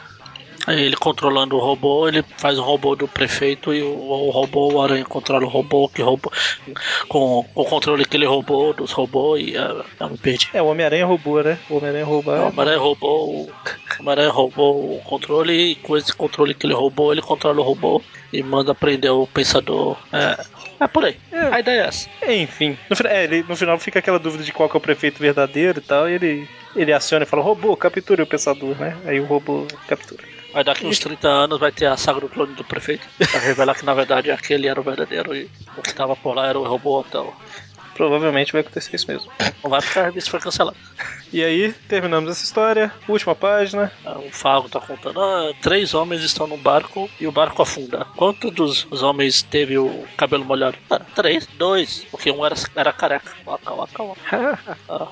[SPEAKER 2] Aí ele controlando o robô, ele faz o robô do prefeito e o, o robô, o aranha controla o robô, que robô. Com, com o controle que ele roubou dos robôs e. ah, não, me perdi. é,
[SPEAKER 1] É, o Homem-Aranha roubou, né? O Homem-Aranha roubar.
[SPEAKER 2] O Homem-Aranha roubou, o- o Homem-Aranha roubou o controle e com esse controle que ele roubou, ele controla o robô e manda prender o pensador. É, é por aí.
[SPEAKER 1] É.
[SPEAKER 2] A ideia é essa.
[SPEAKER 1] Enfim. No, fina- é, ele- no final fica aquela dúvida de qual que é o prefeito verdadeiro e tal. E ele, ele aciona e fala: robô, capture o pensador, né? Aí o robô captura.
[SPEAKER 2] Aí daqui uns 30 anos vai ter a saga do clone do prefeito. Vai revelar que na verdade aquele era o verdadeiro e o que estava por lá era o robô então.
[SPEAKER 1] Provavelmente vai acontecer isso mesmo.
[SPEAKER 2] Não vai ficar a revista foi cancelada.
[SPEAKER 1] E aí, terminamos essa história. Última página.
[SPEAKER 2] Ah, O Fago tá contando, ah, três homens estão num barco e o barco afunda. Quanto dos os homens teve o cabelo molhado? Ah, três, dois, porque um era, era careca. Waka, waka, waka. Ah,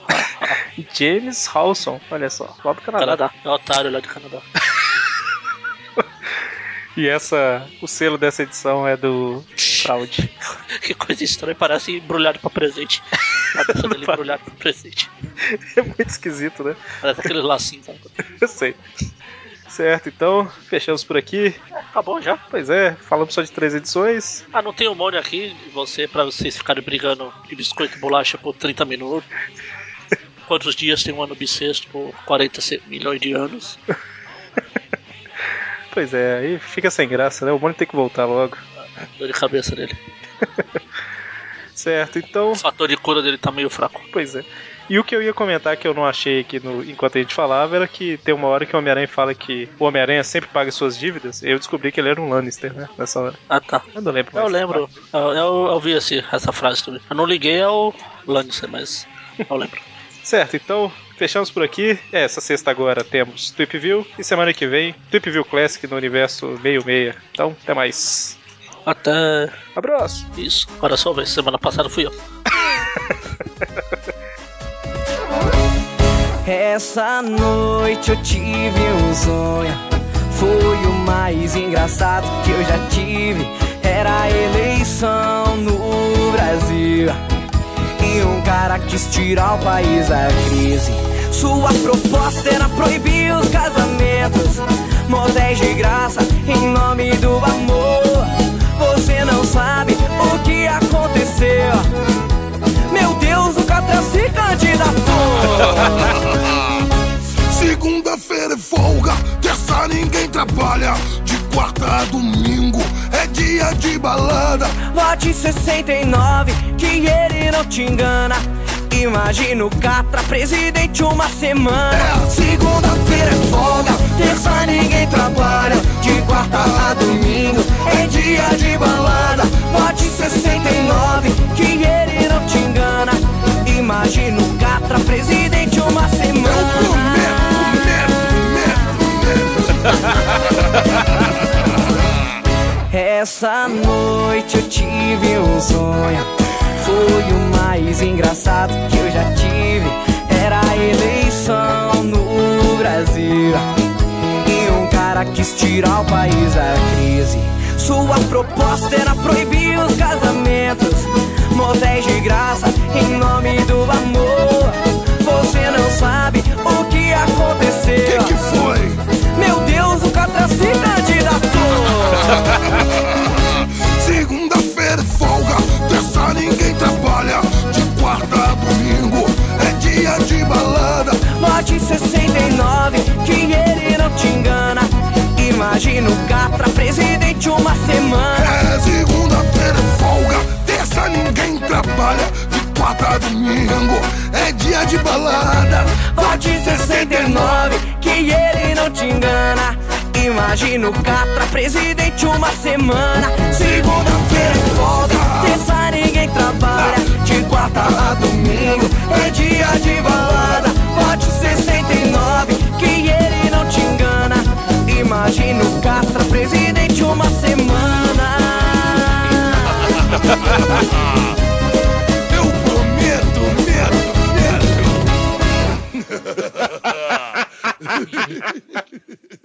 [SPEAKER 1] James Halson, olha só, lá do Canadá.
[SPEAKER 2] Canadá, é otário lá de Canadá.
[SPEAKER 1] E essa, o selo dessa edição é do Fraude.
[SPEAKER 2] que coisa estranha, parece embrulhado pra presente. A cabeça dele embrulhado pra presente.
[SPEAKER 1] É muito esquisito, né?
[SPEAKER 2] Parece aquele lacinho. sabe?
[SPEAKER 1] Eu sei. Certo, então, fechamos por aqui.
[SPEAKER 2] Acabou já?
[SPEAKER 1] Pois é, falamos só de três edições.
[SPEAKER 2] Ah, não tem um monte aqui de você pra vocês ficarem brigando de biscoito e bolacha por 30 minutos. Quantos dias tem um ano bissexto por 40 se- milhões de anos?
[SPEAKER 1] Pois é, aí fica sem graça, né? O Mônio tem que voltar logo.
[SPEAKER 2] Dor de cabeça dele.
[SPEAKER 1] Certo, então,
[SPEAKER 2] O fator de cura dele tá meio fraco.
[SPEAKER 1] pois é. E o que eu ia comentar que eu não achei aqui no, enquanto a gente falava era que tem uma hora que o Homem-Aranha fala que o Homem-Aranha sempre paga suas dívidas. Eu descobri que ele era um Lannister, né? Nessa hora.
[SPEAKER 2] Ah, tá.
[SPEAKER 1] Eu não lembro.
[SPEAKER 2] Eu
[SPEAKER 1] mais.
[SPEAKER 2] lembro. Eu, eu, eu vi esse, essa frase também. Eu não liguei ao Lannister, mas eu lembro.
[SPEAKER 1] Certo, então fechamos por aqui. É, Essa sexta agora temos Tweep View e semana que vem Tweep View Classic no universo 66. Então, até mais.
[SPEAKER 2] Até.
[SPEAKER 1] Abraço!
[SPEAKER 2] Isso. Olha só, velho. Semana passada fui eu.
[SPEAKER 3] Essa noite eu tive um sonho. Foi o mais engraçado que eu já tive. Era a eleição no Brasil. E um cara quis tirar o país da crise. Sua proposta era proibir os casamentos. Motéis de graça em nome do amor. Você não sabe o que aconteceu. Meu Deus, o Catra se candidatou.
[SPEAKER 4] Segunda-feira é folga, terça ninguém trabalha. De quarta a domingo é dia de balada.
[SPEAKER 3] Vote 69, que ele não te engana. Imagina o Catra presidente uma semana.
[SPEAKER 4] É, segunda-feira é folga, terça ninguém trabalha. De quarta a domingo é dia de balada.
[SPEAKER 3] Vote 69, que ele não te engana. Imagina o Catra presidente uma
[SPEAKER 4] Eu prometo,
[SPEAKER 3] semana.
[SPEAKER 4] prometo, prometo, prometo.
[SPEAKER 3] Essa noite eu tive um sonho. Foi o mais engraçado que eu já tive. Era a eleição no Brasil. E um cara quis tirar o país da crise. Sua proposta era proibir os casamentos. Motéis de graça em nome do amor. Você não sabe o que
[SPEAKER 4] O
[SPEAKER 3] aconteceu.
[SPEAKER 4] que, que foi?
[SPEAKER 3] Meu Deus, o Catra se candidatou.
[SPEAKER 4] Segunda-feira é folga, terça ninguém trabalha. De quarta a domingo é dia de balada.
[SPEAKER 3] Lote 69, que ele não te engana. Imagina o Catra presidente uma semana.
[SPEAKER 4] É segunda-feira é folga, terça ninguém trabalha. De quarta a domingo é dia de balada.
[SPEAKER 3] Lote 69, que ele não te engana. Imagina o Catra presidente uma semana. Segunda-feira é folga, terça ninguém trabalha. De quarta a domingo é dia de balada. Lote 69, que ele não te engana. Imagina o Catra presidente uma semana.
[SPEAKER 4] Eu prometo, meto, meto.